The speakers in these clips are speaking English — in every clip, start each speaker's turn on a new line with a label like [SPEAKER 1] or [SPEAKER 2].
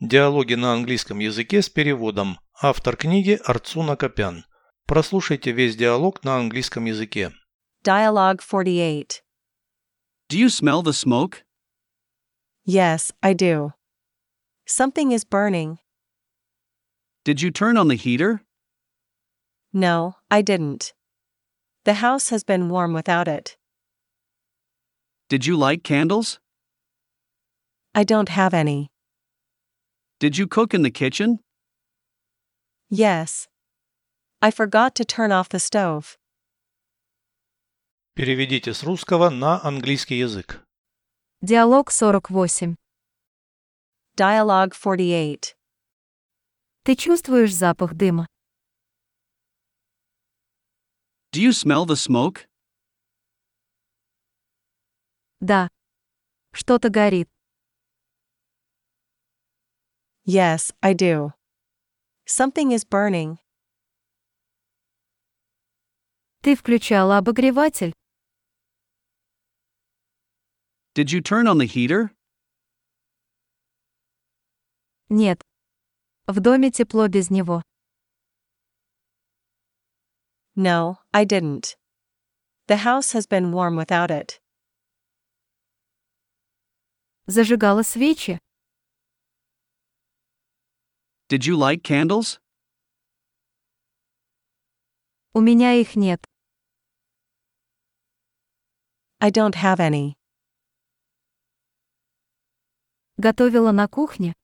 [SPEAKER 1] Диалоги на английском языке с переводом. Автор книги Арцуна Копян. Прослушайте весь диалог на английском языке.
[SPEAKER 2] Dialogue 48.
[SPEAKER 3] Do you smell the smoke?
[SPEAKER 2] Yes, I do. Something is burning.
[SPEAKER 3] Did you turn on the heater?
[SPEAKER 2] No, I didn't. The house has been warm without it.
[SPEAKER 3] Did you light candles?
[SPEAKER 2] I don't have any.
[SPEAKER 3] Did you cook in the kitchen?
[SPEAKER 2] Yes. I forgot to turn off the stove.
[SPEAKER 1] Переведите с русского на английский язык.
[SPEAKER 4] Диалог 48.
[SPEAKER 2] Dialogue 48.
[SPEAKER 4] Ты чувствуешь запах дыма?
[SPEAKER 3] Do you smell the smoke?
[SPEAKER 4] Да. Что-то горит.
[SPEAKER 2] Yes, I do. Something is burning.
[SPEAKER 4] Ты включала обогреватель?
[SPEAKER 3] Did you turn on the heater?
[SPEAKER 4] Нет. В доме тепло без него.
[SPEAKER 2] No, I didn't. The house has been warm without it.
[SPEAKER 4] Зажигала свечи?
[SPEAKER 3] Did you light candles?
[SPEAKER 4] У меня их нет.
[SPEAKER 2] I don't have any.
[SPEAKER 4] Готовила на кухне?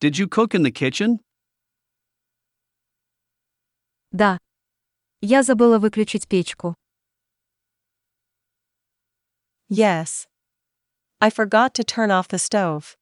[SPEAKER 3] Did you cook in the kitchen?
[SPEAKER 4] Да. Я забыла выключить печку.
[SPEAKER 2] Yes. I forgot to turn off the stove.